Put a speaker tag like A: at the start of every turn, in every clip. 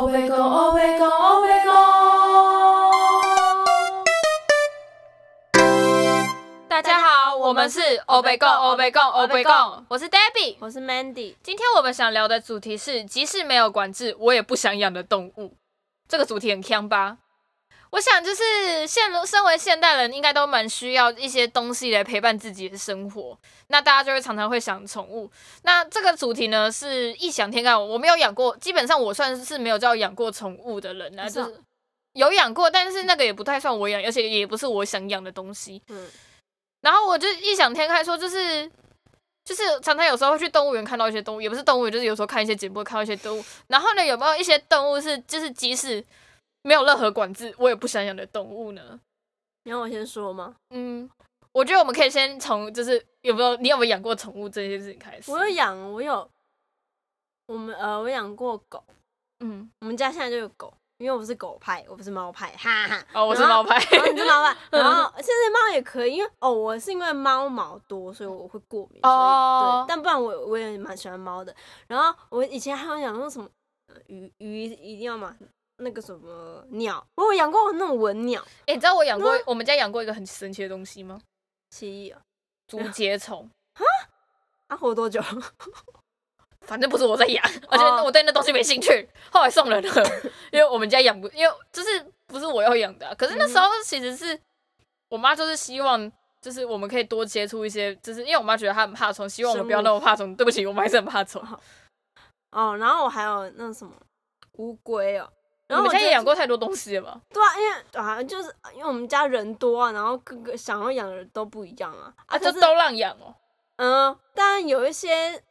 A: 会讲，我会讲，我会讲。
B: 大家好，我们是欧贝贡，欧贝贡，欧贝贡，我是 Debbie。
C: 我是 Mandy，
B: 今天我们想聊的主题是，即使没有管制，我也不想养的动物。这个主题很强吧？我想就是现身为现代人，应该都蛮需要一些东西来陪伴自己的生活。那大家就会常常会想宠物。那这个主题呢是异想天开，我没有养过，基本上我算是没有叫养过宠物的人啊，
C: 是
B: 就
C: 哦
B: 是有养过，但是那个也不太算我养，而且也不是我想养的东西。
C: 嗯，
B: 然后我就异想天开说，就是就是常常有时候会去动物园看到一些动物，也不是动物园，就是有时候看一些节目看到一些动物。然后呢，有没有一些动物是就是即使没有任何管制，我也不想养的动物呢？
C: 你要我先说吗？
B: 嗯，我觉得我们可以先从就是有没有你有没有养过宠物这件事情开始。
C: 我有养，我有，我们呃，我养过狗，
B: 嗯，
C: 我们家现在就有狗，因为我是狗派，我不是猫派，哈哈。
B: 哦，我是
C: 然
B: 猫
C: 后
B: 派，
C: 然后你是猫派，然后甚至猫也可以，因为哦，我是因为猫毛多，所以我会过敏，所以、
B: 哦
C: 对，但不然我我也蛮喜欢猫的。然后我以前还有养过什么呃鱼鱼一定要嘛，那个什么鸟，我有养过那种文鸟，
B: 诶你知道我养过我们家养过一个很神奇的东西吗？
C: 蜥蜴啊，
B: 竹节虫。
C: 它啊活多久？
B: 反正不是我在养，而且
C: 哦
B: 我对那东西没兴趣。后来送人了， 因为我们家养不，因为就是不是我要养的啊、可是那时候其实是我妈就是希望，就是我们可以多接触一些，就是因为我妈觉得她很怕虫，希望我们不要那么怕虫。对不起，我们还是很怕虫。
C: 哦，然后我还有那什么乌龟哦，
B: 你
C: 然后
B: 们
C: 我
B: 家
C: 就
B: 也养过太多东西了吧？
C: 对啊，因为啊，就是因为我们家人多啊，然后各个想要养的人都不一样啊
B: 啊，
C: 可
B: 就是都让养哦。
C: 嗯，但有一些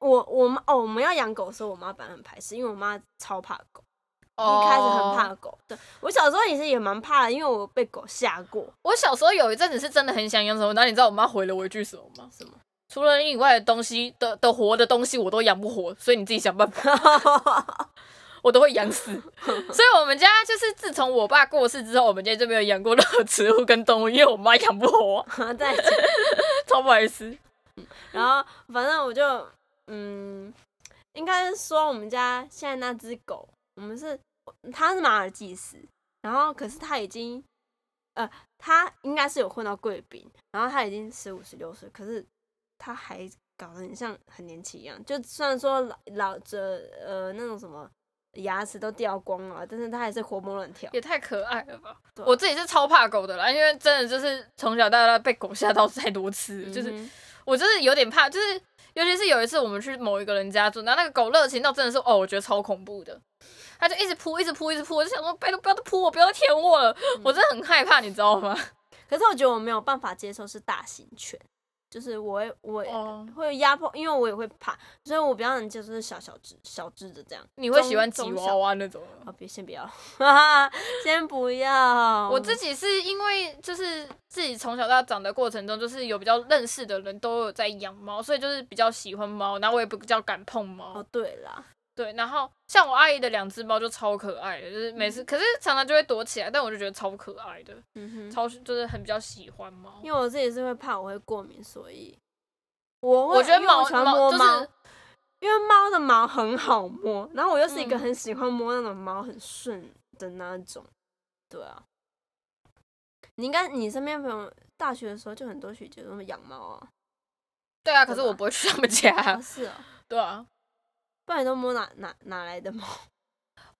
C: 我我妈哦，我们要养狗的时候，我妈本来很排斥，因为我妈超怕狗，一开始很怕
B: 哦。
C: 狗。对我小时候也是也蛮怕的，因为我被狗吓过。
B: 我小时候有一阵子是真的很想养什么，然后你知道我妈回了我一句什么吗？
C: 什么？
B: 除了你以外的东西的的活的东西我都养不活，所以你自己想办法。 我都会养死。 所以我们家就是自从我爸过世之后，我们家就没有养过任何植物跟动物，因为我妈养不活，
C: 再讲，
B: 超不好意思。
C: 然后反正我就嗯，应该是说我们家现在那只狗，我们是它是马尔济斯，然后可是它已经呃，它应该是有混到贵宾，然后它已经十五十六岁，可是它还搞得很像很年轻一样，就虽然说老老着呃那种什么。牙齿都掉光了，但是它还是活蹦乱跳。
B: 也太可爱了吧！
C: 对啊
B: 我自己是超怕狗的啦，因为真的就是从小到大被狗吓到太多次了，就是
C: 嗯哼
B: 我就是有点怕，就是尤其是有一次我们去某一个人家住，然后那个狗热情到真的是哦，我觉得超恐怖的。它就一直扑，一直扑，一直扑，我就想说，拜托不要再扑我，不要再舔我了，
C: 嗯
B: 我真的很害怕，你知道吗？
C: 可是我觉得我没有办法接受是大型犬，就是我会我
B: 哦
C: 会压迫，因为我也会怕，所以我比较能接受是小小只小只的这样。
B: 你会喜欢吉
C: 中
B: 娃娃那种吗？
C: 啊，别先不要， 哈哈，先不要。
B: 我自己是因为就是自己从小到大长的过程中，就是有比较认识的人都有在养猫，所以就是比较喜欢猫，然后我也比较敢碰猫。
C: 哦对啦，
B: 对，然后像我阿姨的两只猫就超可爱的，就是每次、可是常常就会躲起来，但我就觉得超可爱的，
C: 嗯哼，
B: 超就是很比较喜欢猫。
C: 因为我自己是会怕我会过敏，所以我会
B: 我觉得
C: 因为
B: 猫
C: 喜欢摸
B: 就
C: 猫
B: 是。
C: 因为猫的毛很好摸，然后我又是一个
B: 嗯
C: 很喜欢摸那种毛很顺的那种，对啊。你应该你身边朋友大学的时候就很多学姐都养猫 啊，
B: 对啊，可是我不会去他们家
C: 啊。是哦，
B: 对啊，
C: 不然你都摸哪哪哪来的猫？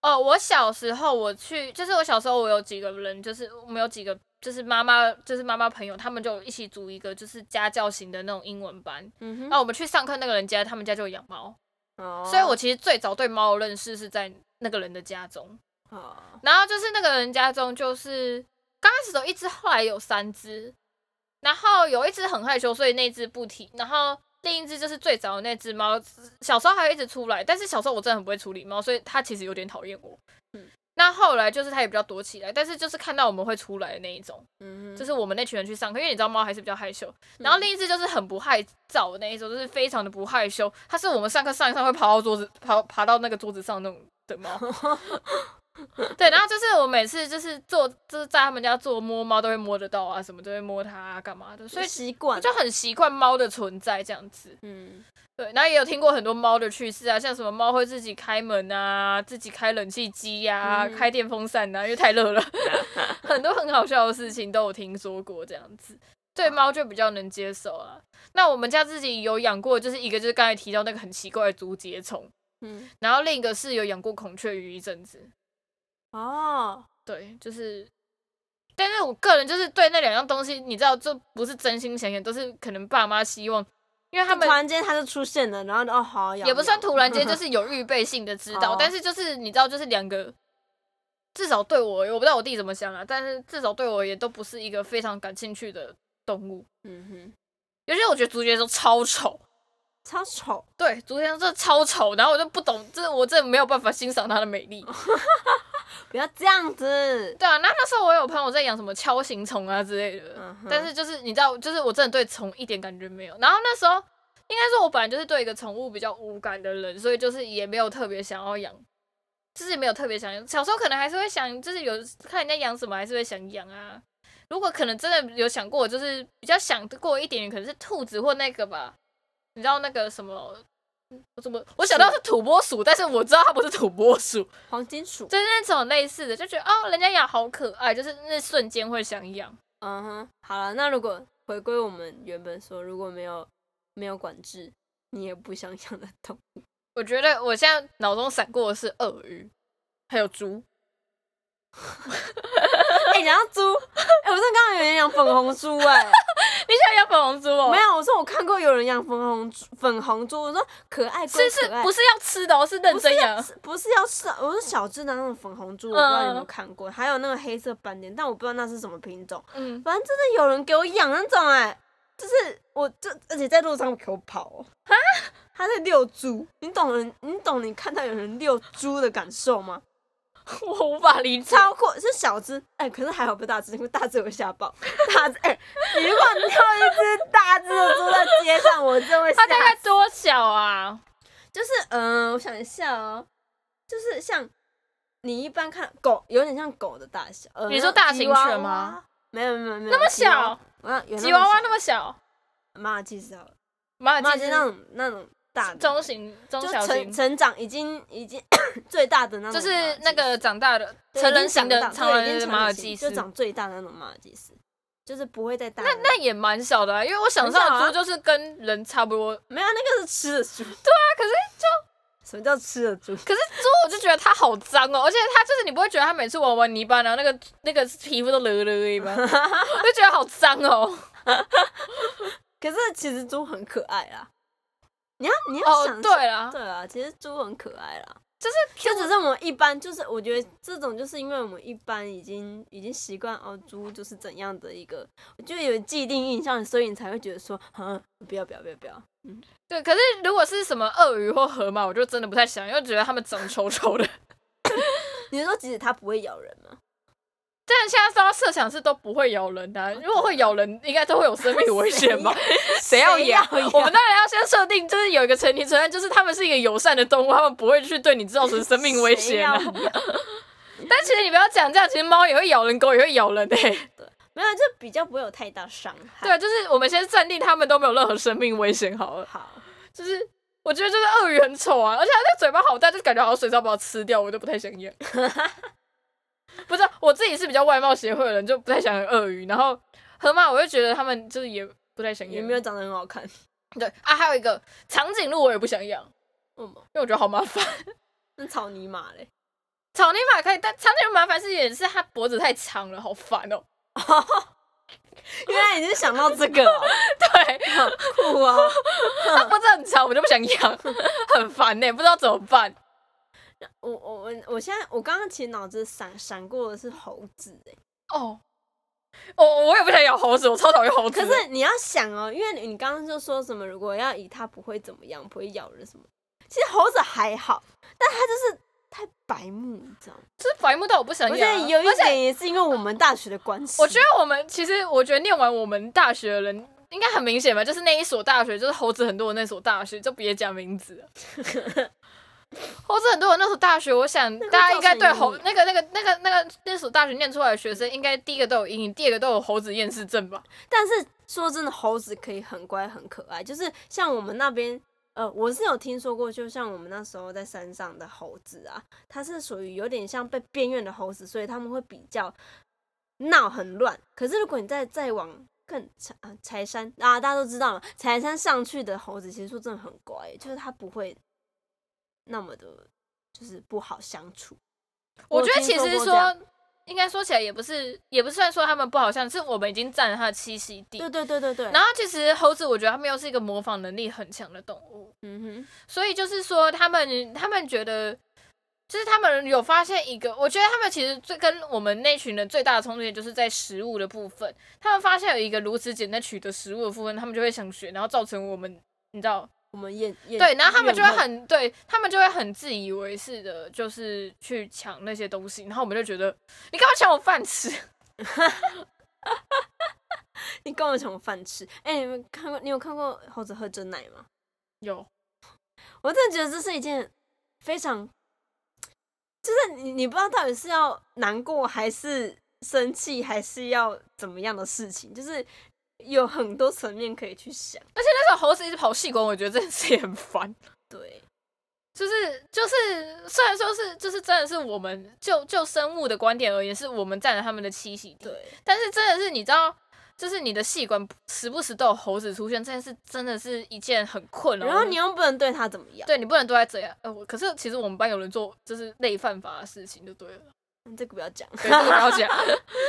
B: 哦，我小时候我去，就是我小时候我有几个人，就是我们有几个就是妈妈就是妈妈朋友，他们就一起组一个就是家教型的那种英文班。
C: 嗯
B: 那、我们去上课那个人家，他们家就有养猫，
C: 哦
B: 所以我其实最早对猫的认识是在那个人的家中。
C: 哦
B: 然后就是那个人家中，就是刚开始有一只，后来有三只，然后有一只很害羞，所以那只不提，然后另一只就是最早的那只猫，小时候还会一直出来，但是小时候我真的很不会处理猫，所以它其实有点讨厌我。
C: 嗯
B: 那后来就是它也比较躲起来，但是就是看到我们会出来的那一种，
C: 嗯哼，嗯
B: 就是是我们那群人去上课，因为你知道猫还是比较害羞，然后另一只就是很不害臊的那一种，就是非常的不害羞。它是我们上课上一上会爬到桌子，爬爬到那个桌子上那种的猫。对，然后就是我每次就是做就是在他们家做摸猫都会摸得到啊，什么都会摸它啊，干嘛的，所以
C: 习
B: 我
C: 惯
B: 就很习惯猫的存在这样子。
C: 嗯，
B: 对，然后也有听过很多猫的趣事啊，像什么猫会自己开门啊，自己开冷气机呀、
C: 嗯
B: 开电风扇啊，因为太热了，很多很好笑的事情都有听说过这样子。对猫就比较能接受啊。那我们家自己有养过，就是一个就是刚才提到那个很奇怪的竹节虫，
C: 嗯
B: 然后另一个是有养过孔雀鱼一阵子。
C: 哦，
B: 对，就是，但是我个人就是对那两样东西，你知道，就不是真心想养，都是可能爸妈希望，因为他
C: 就
B: 们
C: 突然间它就出现了，然后就哦好养
B: 也不算
C: 养
B: 突 然间，就是有预备性的知道，
C: 哦
B: 但是就是你知道，就是两个，至少对我，我不知道我弟怎么想啊，但是至少对我也都不是一个非常感兴趣的动物，
C: 嗯哼，
B: 尤其我觉得竹节虫超丑。
C: 超丑，
B: 对，竹节虫真的超丑，然后我就不懂，这我真的没有办法欣赏它的美丽。
C: 不要这样子，
B: 对啊，那那时候我有朋友在养什么锹形虫啊之类的，
C: 嗯哼
B: 但是就是你知道，就是我真的对虫一点感觉没有。然后那时候应该说，我本来就是对一个宠物比较无感的人，所以就是也没有特别想要养，就是没有特别想养。小时候可能还是会想，就是有看人家养什么，还是会想养啊。如果可能真的有想过，就是比较想过一点，可能是兔子或那个吧，你知道那个什么？我怎么我想到是土拨鼠，但是我知道它不是土拨鼠，
C: 黄金鼠，
B: 就是那种类似的，就觉得哦，人家养好可爱，就是那瞬间会想养。
C: 嗯哼，好了，那如果回归我们原本说，如果没有没有管制，你也不想养的动物，
B: 我觉得我现在脑中闪过的是鳄鱼，还有猪。
C: 哎、讲到猪， 哎、我真的刚刚有人养粉红猪、哎，
B: 你想养粉红猪哦？
C: 没，有，我说我看过有人养粉红猪，粉红猪，我说可爱归
B: 是
C: 可
B: 是
C: 爱，
B: 不是要吃的哦？是认真养。
C: 是不是要吃啊？我说小只的那种粉红猪，我不知道你有没有看过，还有那个黑色斑点，但我不知道那是什么品种。
B: 嗯，
C: 反正真的有人给我养那种、哎，就是我就而且在路上给我跑、哦，他在遛猪，你懂人，你懂你看到有人遛猪的感受吗？
B: 我无法理解。
C: 超过是小只，哎、可是还好不大只，因为大只有吓爆。大只，哎、你如果跳一只大只的猪在街上，我真会吓
B: 它。大概多小啊？
C: 就是，嗯、我想一下哦，就是像你一般看狗，有点像狗的大小。呃、
B: 你说大型犬吗
C: 那种吉娃娃？没有没有没有，
B: 那么
C: 吉娃
B: 小
C: 娃，，啊，有
B: 吉娃娃那
C: 那
B: 么小，
C: 马尔济斯好了，
B: 马
C: 马
B: 尔
C: 尔
B: 济
C: 济
B: 斯
C: 斯那种那种大的，
B: 中型、中
C: 就
B: 小型
C: 成，成长已经已经 最大的那种马
B: 就
C: 尔济斯，
B: 是那个长大的
C: 对
B: 成
C: 已
B: 人
C: 经
B: 型的
C: 长大
B: 长
C: 对已
B: 人
C: 经
B: 马尔
C: 成
B: 济
C: 型
B: 斯
C: 就。长最大的那种马尔济斯，就是不会再大的
B: 那
C: 种。
B: 那也蛮小的啊，因为我想象
C: 很小
B: 的
C: 啊
B: 猪就是跟人差不多，
C: 没有，那个是吃的猪。对
B: 啊可是
C: 就什么叫吃的猪？
B: 可是猪，我就觉得它好脏哦，而且它就是你不会觉得它每次玩完泥巴，然后那个那个皮肤都勒勒 的吗？我就觉得好脏哦。
C: 可是其实猪很可爱啦。你要你要
B: 哦，
C: 想
B: 对啦，
C: 对啊，其实猪很可爱啦。
B: 就是
C: 就只是我们一般，就是我觉得这种，就是因为我们一般已经已经习惯哦，猪就是怎样的一个，就有既定印象，所以你才会觉得说，啊，不要不要不要不要，
B: 对。可是如果是什么鳄鱼或河马，我就真的不太想，因为觉得它们长丑丑的。
C: 你说即使它不会咬人吗？
B: 但现在说到设想是都不会咬人的啊、
C: 哦
B: 如果会咬人，应该都会有生命危险吧？谁要
C: 啊 谁
B: 养？
C: 要养
B: 我们当然要先设定，就是有一个前提存在，就是它们是一个友善的动物，它们不会去对你造成生命危
C: 谁
B: 险、
C: 要
B: 啊。
C: 养
B: 但其实你不要讲这样，其实猫也会咬人，狗也会咬人诶、欸
C: 没有，就比较不会有太大伤害。
B: 对，就是我们先暂定他们都没有任何生命危险好了。
C: 好，
B: 就是我觉得就是鳄鱼很丑啊，而且它的嘴巴好大，就感觉好像随时要把我吃掉，我就不太想养。 不是，啊我自己是比较外貌协会的人，就不太想养鳄鱼。然后河马，我就觉得他们就是也不太想
C: 也
B: 养。
C: 没有长得很好看，
B: 对啊，还有一个长颈鹿，我也不想养，
C: 嗯，
B: 因为我觉得好麻烦。
C: 那草泥马嘞，
B: 草泥马可以，但长颈鹿麻烦是也是它脖子太长了，好烦哦。
C: 原来你是想到这个、 哦，
B: 对，
C: 好酷啊、哦！
B: 它脖子很长，我就不想养， 很烦欸呢、不知道怎么办。
C: 我我我我现在我刚刚其实脑子闪闪过的是猴子哎、
B: 哦，我我也不想养猴子，我超讨厌猴子。
C: 可是你要想哦，因为你你刚刚就说什么，如果要以它不会怎么样，不会咬人什么，其实猴子还好，但它就是太白目，你知道吗？
B: 就是白目到我不想
C: 我觉
B: 养
C: 得
B: 啊。
C: 有一
B: 而且
C: 点也是因为我们大学的关系，
B: 我觉得我们其实，我觉得念完我们大学的人应该很 明显吧，就是那一所大学，就是猴子很多的那所大学，就别讲名字了。或者很多人那所大学，我想
C: 个会
B: 大家应该对
C: 造成
B: 猴
C: 阴影
B: 那个那个那个那个那所大学念出来的学生，应该第一个都有阴影，第二个都有猴子厌世症吧？
C: 但是说真的，猴子可以很乖很可爱，就是像我们那边，呃，我是有听说过，就像我们那时候在山上的猴子啊，它是属于有点像被边缘的猴子，所以他们会比较闹很乱。可是如果你再再往更柴啊柴山啊，大家都知道嘛，柴山上去的猴子其实说真的很乖，就是它不会那么的，就是不好相处。
B: 我
C: 有
B: 觉得
C: 听
B: 其实
C: 过这样
B: 说，应该说起来也不是，也不算说他们不好像，是我们已经占了他的栖息地
C: 对。对对对对，
B: 然后其实猴子，我觉得他们又是一个模仿能力很强的动物，
C: 嗯
B: 所以就是说他们他们觉得。就是他们有发现一个，我觉得他们其实最跟我们那群人最大的冲突点就是在食物的部分。他们发现有一个如此简单取得食物的部分，他们就会想学，然后造成我们，你知道，
C: 哼，我们厌厌
B: 对，然后他
C: 怨
B: 们就会
C: 恨
B: 很对，他们就会很自以为是的，就是去抢那些东西，然后我们就觉得你干嘛抢我饭吃？
C: 你跟我抢我饭吃？哎、你们看过？你有看过猴子喝真奶吗？
B: 有，
C: 我真的觉得这是一件非常，就是你你不知道到底是要难过还是生气还是要怎么样的事情，就是有很多层面可以去想。
B: 那时候猴子一直跑细管，我觉得这件事也很烦。
C: 对，
B: 就是就是，虽然说是就是真的是我们就就生物的观点而言，是我们占了他们的栖息地，
C: 对，
B: 但是真的是你知道。就是你的细管时不时都有猴子出现，这件事真的是一件很困扰的。
C: 然后你又不能对他怎么样，
B: 对你不能对他这样，呃，我可是其实我们班有人做就是类犯法的事情就对了。
C: 嗯这个不要讲。
B: 对，这个不要讲。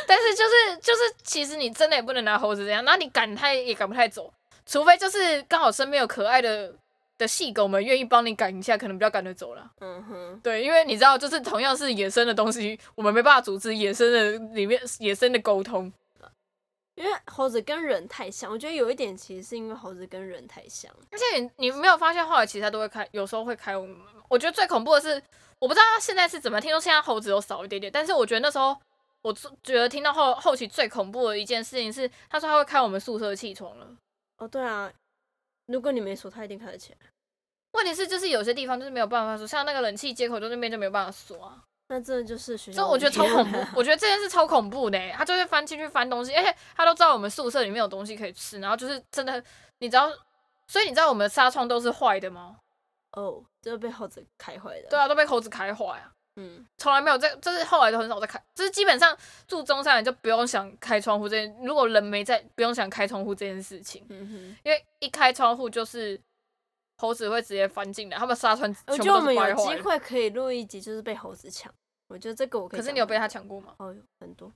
B: 但是就是就是，其实你真的也不能拿猴子这样，然后你赶它也赶不太走，除非就是刚好身边有可爱的的细狗们愿意帮你赶一下，可能比较赶得走了。
C: 嗯哼，
B: 对，因为你知道，就是同样是野生的东西，我们没办法阻止野生的里面野生的沟通。
C: 因为猴子跟人太像，我觉得有一点其实是因为猴子跟人太像。
B: 而且你你没有发现后来其实它都会开，有时候会开我们。我觉得最恐怖的是，我不知道现在是怎么样，听说现在猴子有少一点点，但是我觉得那时候我最觉得听到后后期最恐怖的一件事情是，他说他会开我们宿舍的气窗了。
C: 哦，对啊，如果你没锁，他一定看得起来。
B: 问题是，就是有些地方就是没有办法锁，像那个冷气接口就那边就没有办法锁啊。
C: 那真的就是学校
B: 就
C: 问题，
B: 我觉得超恐怖，我觉得这件事超恐怖的欸、他就会翻进去翻东西，而且他都知道我们宿舍里面有东西可以吃，然后就是真的，你知道，所以你知道我们的纱窗都是坏的吗？
C: 哦，就是被猴子开坏的。
B: 对啊，都被猴子开坏啊，
C: 嗯，
B: 从来没有在，就是后来都很少在开，就是基本上住中山人就不用想开窗户这件，如果人没在，不用想开窗户这件事情，
C: 嗯
B: 因为一开窗户就是猴子会直接翻进来，他们纱窗
C: 哼，我
B: 全
C: 觉
B: 部
C: 得我
B: 都
C: 们有
B: 是坏
C: 机
B: 坏的。
C: 会可以录一集，就是被猴子抢。我觉得这个我可以。
B: 可是你有被他？抢过吗？
C: 哦，有很多。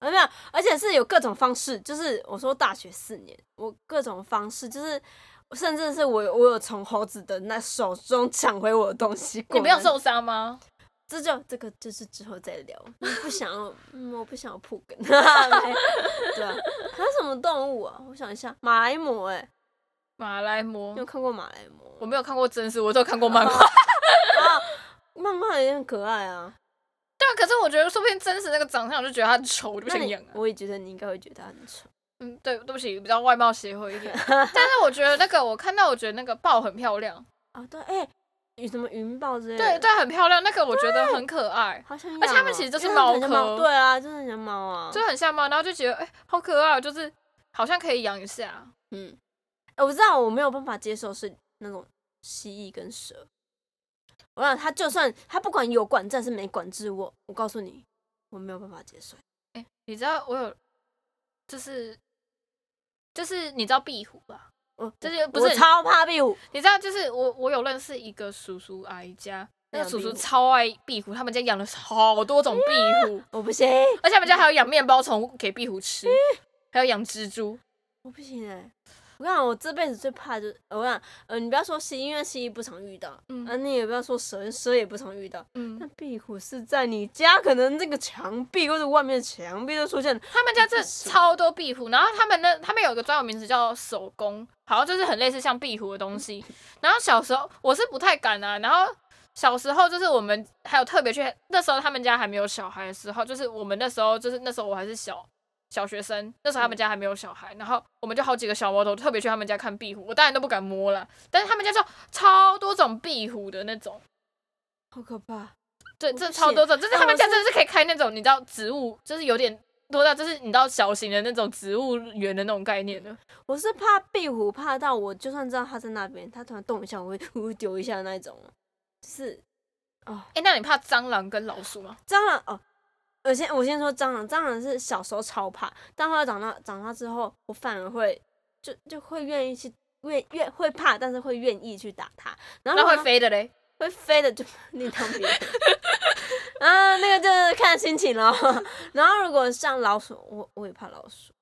C: 啊、没有，而且是有各种方式，就是我说大学四年，我各种方式，就是甚至是我有我有从猴子的那手中 抢回我的东西过。
B: 你没有受，伤吗？
C: 这就这个就是之后再 聊。我不想要，嗯，我不想要破梗。没对啊，还有什么动物啊？我想一下，马来貘、欸，哎，
B: 马来
C: 你
B: 貘
C: 有，看过马来貘吗？
B: 我没有看过真实，我只有看过漫画。
C: 啊，漫画也很可爱啊。
B: 对啊，可是我觉得说不定真实那个长相，我就觉得他很丑，我就不
C: 那
B: 想
C: 你
B: 养啊。
C: 我也觉得你应该会觉得它很丑。
B: 嗯，对，对不起，比较外貌协会 一点。但是我觉得那个，我看到我觉得那个豹很漂亮，
C: 啊，对，哎、有什么云豹之类的，
B: 对，对，很漂亮，那个我觉得很可爱，
C: 好像、哦。
B: 而且它们其实就是
C: 因为它们很像
B: 猫科
C: 对啊，就是很像猫啊。
B: 就很像猫，然后就觉得哎、好可爱哦，就是好像可以养一下。
C: 嗯，哎、我知道我没有办法接受是那种蜥蜴跟蛇。我想它就算它不管有管制还是没管制我，我告诉你，我没有办法接受。
B: 哎、你知道我有，就是就是你知道壁虎吧？
C: 我
B: 就是不
C: 我
B: 是
C: 超怕壁虎，
B: 你知道，就是我我有认识一个叔叔阿姨家，那个
C: 养
B: 叔
C: 壁
B: 叔
C: 虎嗯啊
B: 超爱壁虎，他们家养了好多种壁虎，
C: 我不行，
B: 而且他们家还有养面包虫给壁虎吃，还有养蜘蛛。
C: 我不行哎、我跟你讲，我这辈子最怕的就是，呃我跟你讲，呃，你不要说蜥蜴，因为蜥蜴不常遇到，
B: 嗯
C: 啊，你也不要说蛇，蛇也不常遇到。那
B: 嗯，
C: 壁虎是在你家，可能这个墙壁或者外面的墙壁都出现了，
B: 他们家这
C: 这是
B: 超多壁虎，然后他们呢，他们有一个专有名词叫手工，好像就是很类似像壁虎的东 西。然后小时候我是不太敢啊，然后小时候就是我们还有特别去，那时候他们家还没有小孩的时候，就是我们那时候就是那时候我还是小。小学生那时候他们家还没有小孩，然后我们就好几个小毛头特别去他们家看壁虎，我当然都不敢摸了，但是他们家就超多种壁虎的那种，
C: 好可怕！
B: 对，
C: 我
B: 这
C: 不
B: 超
C: 信
B: 多种，就是
C: 哎
B: 他们
C: 我
B: 家
C: 是
B: 真的是可以开那种，你知道植物，就是有点多到，就是你知道小型的那种植物园的那种概念的。
C: 我是怕壁虎，怕到我就算知道它在那边，它突然动一下，我会我会丢一下那一种，就是哦，
B: 哎、那你怕蟑螂跟老鼠吗？
C: 蟑螂哦。我先我先说蟑螂，蟑螂是小时候超怕，但后来长大长大之后，我反而会就就会愿意去愿愿会怕，但是会愿意去打它。然后如
B: 那
C: 果
B: 会
C: 它
B: 飞的嘞。
C: 会飞 的就另当别论。啊，那个就是看心情咯。 然后如果像老鼠，我我也怕老鼠，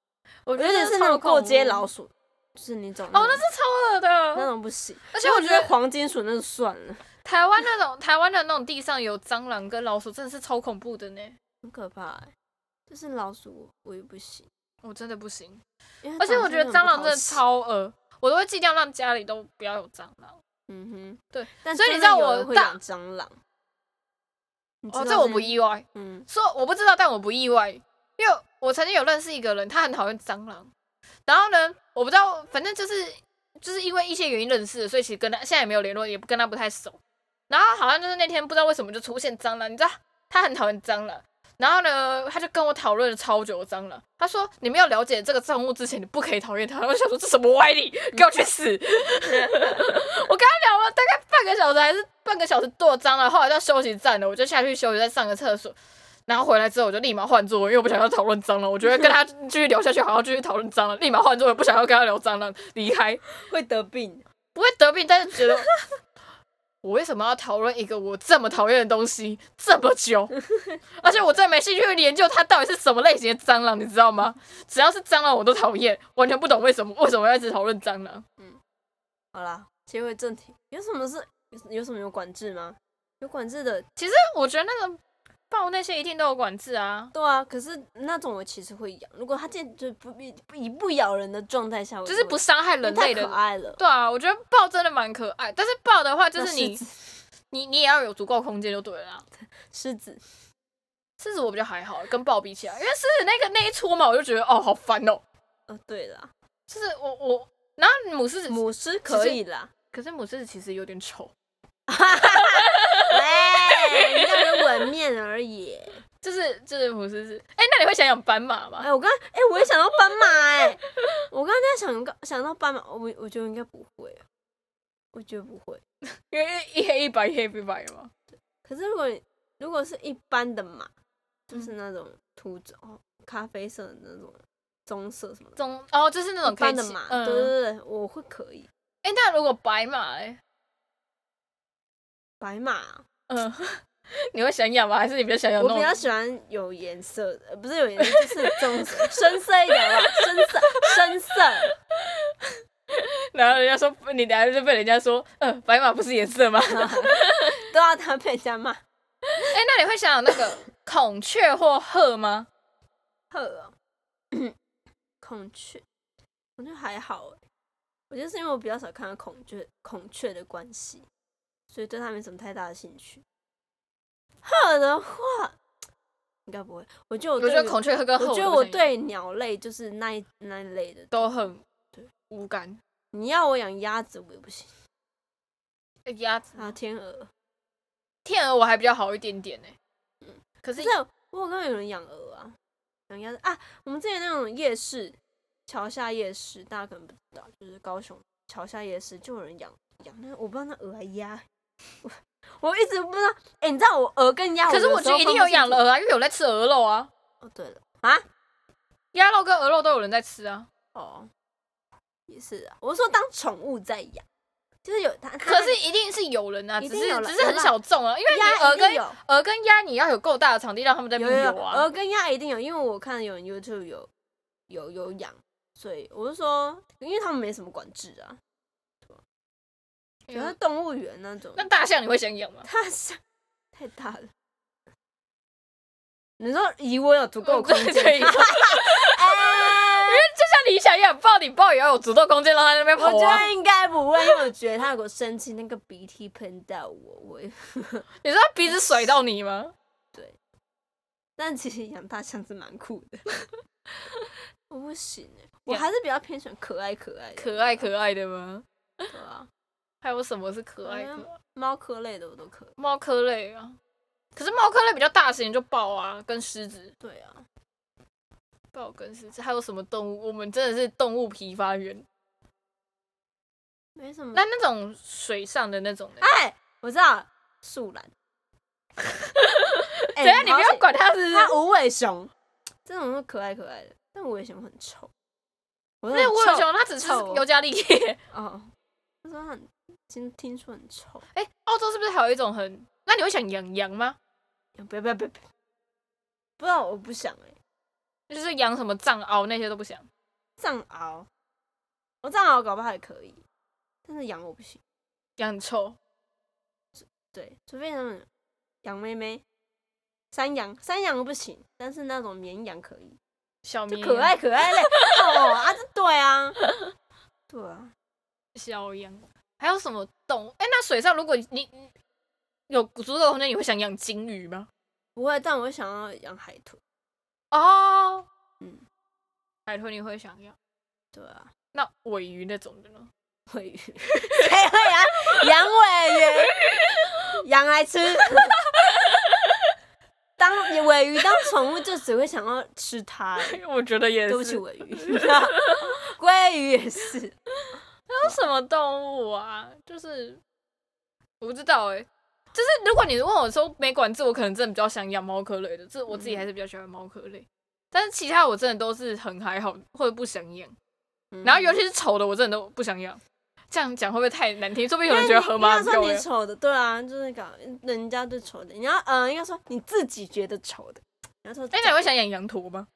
B: 我
C: 尤其是那种过街老
B: 鼠，
C: 鼠，就是你种
B: 哦，那是超恶
C: 那
B: 的。
C: 种不行。
B: 而且我觉
C: 觉
B: 得
C: 得黄金鼠那就算了，
B: 台湾那种台湾的那种地上有蟑螂跟老鼠，真的是超恐怖的呢。
C: 很可怕、欸。就是老鼠我也不行，
B: 我真的不行，
C: 因为
B: 而且
C: 它
B: 我
C: 本
B: 觉
C: 身
B: 得
C: 就
B: 蟑
C: 很不
B: 螂真的
C: 讨喜，
B: 超恶，我都会尽量让家里都不要有蟑螂。
C: 嗯哼，
B: 对。
C: 但
B: 所以你
C: 真
B: 知
C: 的
B: 道
C: 有
B: 我
C: 人会
B: 大
C: 养蟑螂，你知道
B: 哦，这我
C: 件
B: 不意外，
C: 嗯，
B: 说我不知道，但我不意外，因为我曾经有认识一个人，他很讨厌蟑螂。然后呢，我不知道，反正就是就是因为一些原因认识的，所以其实跟他现在也没有联络，也不跟他不太熟。然后好像就是那天不知道为什么就出现蟑螂，你知道他很讨厌蟑螂。然后呢，他就跟我讨论了超久的蟑螂。他说：“你们要了解这个生物之前，你不可以讨厌它。”我想说这什么歪理， 给我去死！我跟他聊了大概半个小时，还是半个小时多的蟑螂。后来到休息站了，我就下去休息，再上个厕所。然后回来之后，我就立马换座位，因为我不想要讨论蟑螂。我觉得跟他继续聊下去，好像继续讨论蟑螂，立马换座位，不想要跟他聊蟑螂，离开。
C: 会得病。
B: 不会得病，但是 觉得我为什么要讨论一个我这么讨厌的东西这么久？而且我真的没兴趣研究它到底是什么类型的蟑螂，你知道吗？只要是蟑螂我都讨厌，完全不懂为什么为什么要一直讨论蟑螂。
C: 好啦，切回正题，有什么是有什么有管制吗？有管制的，
B: 其实我觉得那个豹那些一定都有管制啊，
C: 对啊，可是那种我其实会养。如果它这就不以以不咬人的状态下，我
B: 就是
C: 会
B: 不伤害
C: 因为
B: 人
C: 太
B: 类的
C: 可。爱了。
B: 对啊，我觉得豹真的蛮可爱，但是豹的话就是
C: 那
B: 你
C: 狮子
B: 你你也要有足够空间就对了啦。
C: 狮子，
B: 狮子我比较还好，跟豹比起来，因为狮子那个那一出嘛，我就觉得哦好烦哦，
C: 哦，对啦，
B: 就是我我，然后母狮子，
C: 母狮可以啦。
B: 可是母狮子其实有点丑，
C: 喂，人家人吻面而已。
B: 就是就是母狮子。哎、那你会想养斑马吗？
C: 哎，我刚哎，我也想到斑马哎，我刚才想到想到斑马，我我觉得应该不会啊，我觉得不会。
B: 因为一黑一白，一黑一白嘛。
C: 可是如果如果是一般的马，就是
B: 嗯
C: 那种土种、哦咖啡色的那种棕色什么的，
B: 中哦，就是那种
C: 一
B: 可以
C: 般的
B: 骑
C: 马，
B: 嗯
C: 对对对，我会可以。
B: 哎、那如果白马、哎，
C: 白马啊、
B: 嗯， 你会想养吗？还是你比较想养那
C: 我
B: 种？
C: 比较喜欢有颜色的，呃不是有颜色，就是棕色、深色一点吧，深色、深色。
B: 然后人家说你等下就被人家说，嗯，白马不是颜 色吗？哎、
C: 都要他被人家骂。
B: 那你会想养那个孔雀或鹤吗？
C: 鹤哦，孔雀，我觉得还好哎，我觉得是因为我比较少看到孔雀孔雀的关系，所以对它没什么太大的兴趣。鹤的话，应该不会。我觉得我
B: 我
C: 哦对
B: 觉得孔雀跟鹤，
C: 我觉得我对鸟类就是那一那一类的。
B: 都很
C: 对
B: 无感。
C: 你要我养鸭子，我也不行。
B: 哎鸭子、
C: 还有天鹅，
B: 天鹅我还比较好一点点呢、
C: 可
B: 可是
C: 是我有看到有人养鹅啊，养鸭子啊。我们之前那种夜市，桥下夜市，大家可能不知道，就是高雄桥下夜市就有人养养那个，我不知道那鹅还鸭，我我一直不知道。哎、你知道我鹅跟鸭，
B: 可是
C: 有
B: 我
C: 的时
B: 觉
C: 候
B: 得一定
C: 分
B: 有
C: 不清
B: 养
C: 楚
B: 了。鹅啊，因为有在吃鹅肉啊，
C: 哦，对了啊，
B: 鸭肉跟鹅肉都有人在吃啊。
C: 哦，也是啊。我是说当宠物在养，就是有它，它
B: 可
C: 那
B: 是一定是有人啊，
C: 一
B: 只
C: 定
B: 是
C: 有啦
B: 只是
C: 有
B: 很
C: 啦
B: 小众啊，因为
C: 个
B: 你鹅
C: 鸭一定
B: 跟
C: 有。
B: 鹅跟鸭你要有够大的场地让他们在那
C: 有
B: 边
C: 有
B: 游啊
C: 鹅。跟鸭一定有，因为我看有人 YouTube 有有有养，所以我就说，因为他们没什么管制啊，主要是
B: 嗯
C: 动物园那种，
B: 那大象你会想养吗？
C: 它是太大了。你说以我有足够的
B: 哦对
C: 空
B: 对对啊
C: 间，啊 哎
B: 就像你想养豹，你豹也要有足够空间让它在那边
C: 我
B: 跑
C: 觉
B: 啊。
C: 得应该不会，因为我觉得它如果生气，那个鼻涕喷到我，我也
B: 你说它鼻子甩到你吗？
C: 但其实养大象是蛮酷的。 我不行哎、我
B: 养
C: 还是比较偏喜欢可爱可爱的，
B: 可爱可爱的吗？
C: 对啊。
B: 还有什么是可爱
C: 好
B: 可
C: 像
B: 爱？
C: 猫科类的我都可以。
B: 猫科类啊。可是猫科类比较大型就豹啊，跟狮子，
C: 对啊，
B: 豹跟狮子，还有什么动物？我们真的是动物批发员。
C: 没什么。
B: 那那种水上的那种呢？
C: 哎，我知道了树 懒。哎
B: 怎啊样？你不要。管它是不
C: 好
B: 是
C: 险它无尾熊，这种是可爱可爱的，但无尾熊很臭。我说
B: 那我
C: 很
B: 有
C: 臭
B: 熊，它只吃
C: 臭哦
B: 尤加利叶。
C: 哦，他说很听听说很臭，
B: 哎、澳洲是不是还有一种很？那你会想养羊吗？
C: 不要不要不要，不要不知道我不想哎、
B: 就是养什么藏獒那些都不想。
C: 藏獒，我藏獒搞不好也可以，但是羊我不行，
B: 羊很臭，
C: 对，除非他们羊妹妹。山羊，山羊不行，但是那种绵羊可以，
B: 小
C: 就
B: 绵
C: 可
B: 羊
C: 爱可爱 嘞。哦啊，这对啊，对啊，
B: 小羊，还有什么动物？哎、那水上如果你你有足够的空间，你会想养金鱼吗？
C: 不会，但我想要养海豚。
B: 哦，
C: 嗯，
B: 海豚你会想养？
C: 对啊，
B: 那尾鱼那种的 呢？
C: 尾 鱼，谁会啊养养尾鱼？养来吃。 当尾鱼当宠物，就只会想要吃它。
B: 我觉得也
C: 对不起，
B: 是。
C: 尾鱼， 鲑鱼也是。
B: 还有什么动物啊？就是我不知道哎、就是如果你问我说没管制，我可能真的比较想养猫科类的，这我自己还是比较喜欢猫科类。但是其他我真的都是很还好，或者不想养。
C: 嗯
B: 然后尤其是丑的，我真的都不想养。这样讲会不会太难听？说不定有人觉得河马
C: 应
B: 很
C: 该说
B: 狗
C: 你
B: 呀。
C: 丑的，对啊，就是搞人家对丑的，你要呃，应该说你自己觉得丑的。然后说
B: 哎，那你会想养羊驼吗？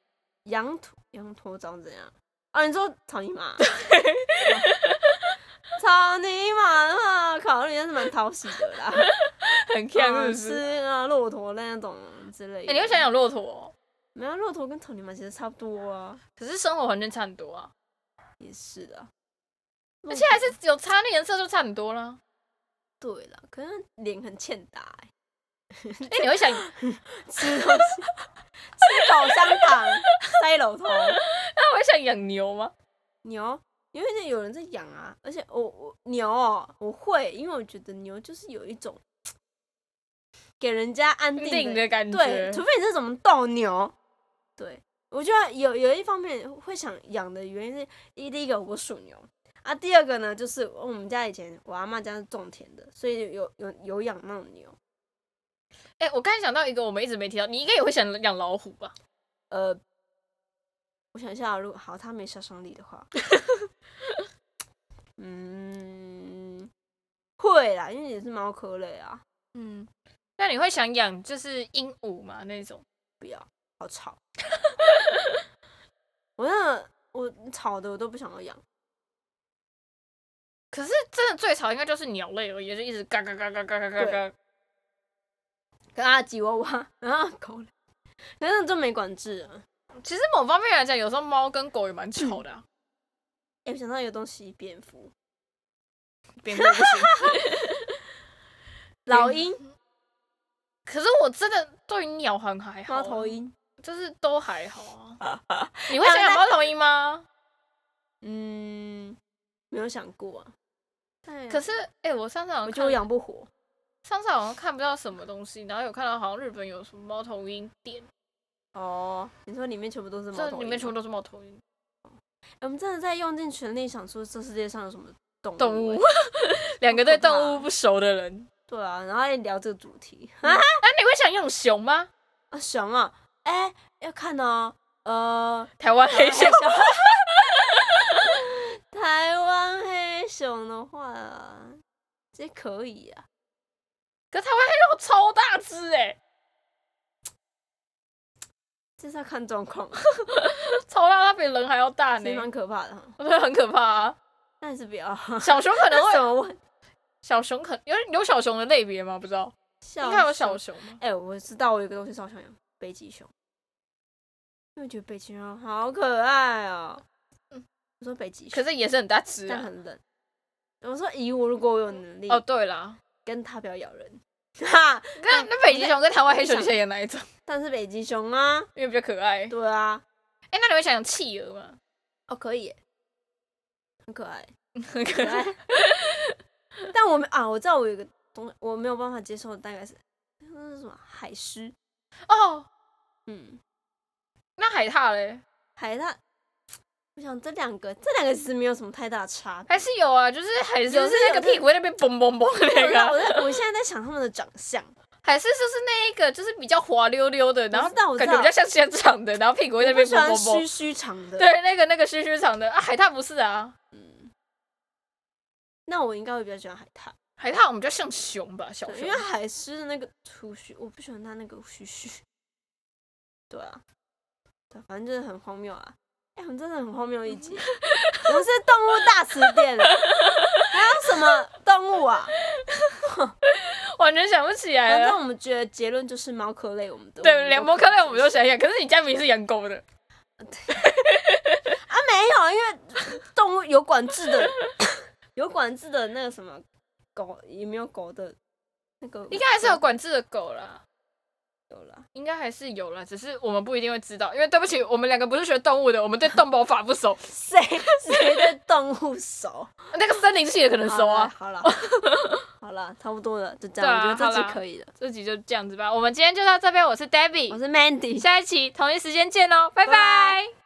C: 羊驼，羊驼长怎样？哦，你说草泥马？草泥马啊的话，考虑还是蛮讨喜的 啦。
B: 很强，是不
C: 吃
B: 哦是？
C: 啊，骆驼那种之类的。
B: 哎，你会想养骆驼哦？
C: 没有啊骆驼跟草泥马其实差不多啊，
B: 可是生活环境差很多啊，
C: 也是的。
B: 而且还是有差，那颜色就差很多啦。
C: 对了，可是脸很欠打、欸，
B: 哎， 你会 想
C: 吃东西 吃口香糖，塞老头
B: 那我会想养牛吗？
C: 牛。因为那有人在养啊，而且我我牛哦，我会，因为我觉得牛就是有一种给人家安
B: 安
C: 定
B: 定的感觉，
C: 对，除非你是什么斗牛。对，我觉得有有一方面会想养的原因是，一第一个我属牛啊，第二个呢就是我们家以前我阿妈家是种田的，所以有有有养那种牛。
B: 哎、我刚才想到一个我们一直没提到，你应该也会想养老虎吧？
C: 呃，我想一下，啊如果好，它没杀伤力的话，嗯，会啦，因为也是猫科类啊，
B: 嗯，那你会想养就是鹦鹉嘛那种？
C: 不要，好吵。 我那我吵的我都不想要养。
B: 可是真的最吵应该就是鸟类而已，就一直嘎嘎嘎嘎嘎嘎嘎嘎。
C: 跟阿吉娃娃，然后狗类，反正就没管制啊。
B: 其实某方面来讲，有时候猫跟狗也蛮吵 的、啊，
C: 哎、我想到一个东西，蝙蝠、
B: 别人都不行。
C: 老鹰、
B: 嗯可是我真的对于鸟很还好、啊
C: 猫头，鹰，
B: 就是都还好啊。你会想养猫头鹰吗？
C: 嗯，没有想过啊。哎
B: 可是，哎、我上次好像
C: 我
B: 看
C: 就养不活，
B: 上次好像看不到什么东西，然后有看到好像日本有什么猫头鹰店，
C: 哦，你说里面全部都是猫
B: 这
C: 头鹰，哎
B: 里面全部都是猫头鹰。
C: 我们真的在用尽全力想出这世界上有什么动物
B: 动物
C: 欸
B: 两个对动物不熟的人。
C: 对啊，然后还聊这个主题
B: 哎、你会想养熊吗？
C: 啊，熊啊，哎、要看哦，呃，
B: 台湾 黑熊，
C: 台湾黑熊的话，这可以啊。
B: 可是台湾黑熊超大只哎、
C: 这是要看状况，
B: 超大，它比人还要大呢
C: 其实，蛮可怕的哈，
B: 我觉得很可怕 啊。
C: 但还是不要。
B: 小熊可能会，
C: 什么问？
B: 小熊可有有小熊的类别吗？不知道，
C: 笑
B: 应该有小
C: 熊。
B: 熊吧。
C: 哎、我知道我有一个东西超想养，北极熊，因为我觉得北极熊好可爱哦、
B: 嗯
C: 我说北极
B: 可
C: 熊，
B: 是也是很大只
C: 但
B: 啊。
C: 很冷。我说以我如果我有能力，
B: 哦，对啦，
C: 跟它不要咬人，哈。
B: 那那北极熊跟台湾黑熊，
C: 我
B: 你
C: 在
B: 想养哪一种？
C: 但是北极熊啊，
B: 因为比较可爱。
C: 对啊，
B: 哎、那你会想养企鹅吗？
C: 哦可以耶，很可爱，
B: 很
C: 可
B: 可爱
C: 爱。但我们啊，我知道我有一个东我没有办法接受，大概是那是什么海狮，
B: 哦，
C: 嗯，
B: 那海獭嘞，
C: 海獭。 我想这两个这两个其实没有什么太大的差别。
B: 还是有啊，就是海狮
C: 有
B: 是
C: 是
B: 那个
C: 有
B: 屁股在那边嘣嘣嘣的
C: 我
B: 那
C: 知道，我
B: 个，
C: 在我现在在想他们的长相，
B: 海狮就是那一个就是比较滑溜溜的，然后
C: 知道我知
B: 感
C: 道
B: 觉比较像仙长的，然后屁股会在
C: 我
B: 那边
C: 不喜
B: 嘣
C: 欢
B: 嘣
C: 虚
B: 嘣。
C: 虚长的。，
B: 对，那个那个虚虚长的啊，海獭不是啊，
C: 那我应该会比较喜欢海獭，
B: 海獭我们比较像熊吧，小
C: 对，
B: 熊
C: 因为。海狮的那个胡须，我不喜欢它那个须须。对啊，对，反正就是很荒谬啊！哎、我们真的很荒谬一 集，我们是动物大词典，还有什么动物啊？
B: 完全想不起来
C: 反正
B: 了。
C: 我们觉得结论就是猫科类，我们都
B: 对，两猫科类我们
C: 都
B: 都
C: 可以
B: 想一想，可是你家明明是养狗的，
C: 啊，没有，因为动物有管制的， 有管制的那个什么狗也没有狗的那个，
B: 应该还是有管制的狗啦，
C: 有了。
B: 应该还是有啦，只是我们不一定会知道，因为对不起，我们两个不是学动物的，我们对动保法不熟，
C: 谁谁对动物 熟？
B: 那个森林系的可能熟啊。
C: 好了，好了，好了，差不多了，就这样，
B: 对啊
C: 我觉得这
B: 好啦
C: 期可以了。
B: 这集就这样子吧，我们今天就到这边，我是 Debbie，
C: 我是 Mandy，
B: 下一期同一时间见哦，拜
C: 拜
B: 拜
C: 拜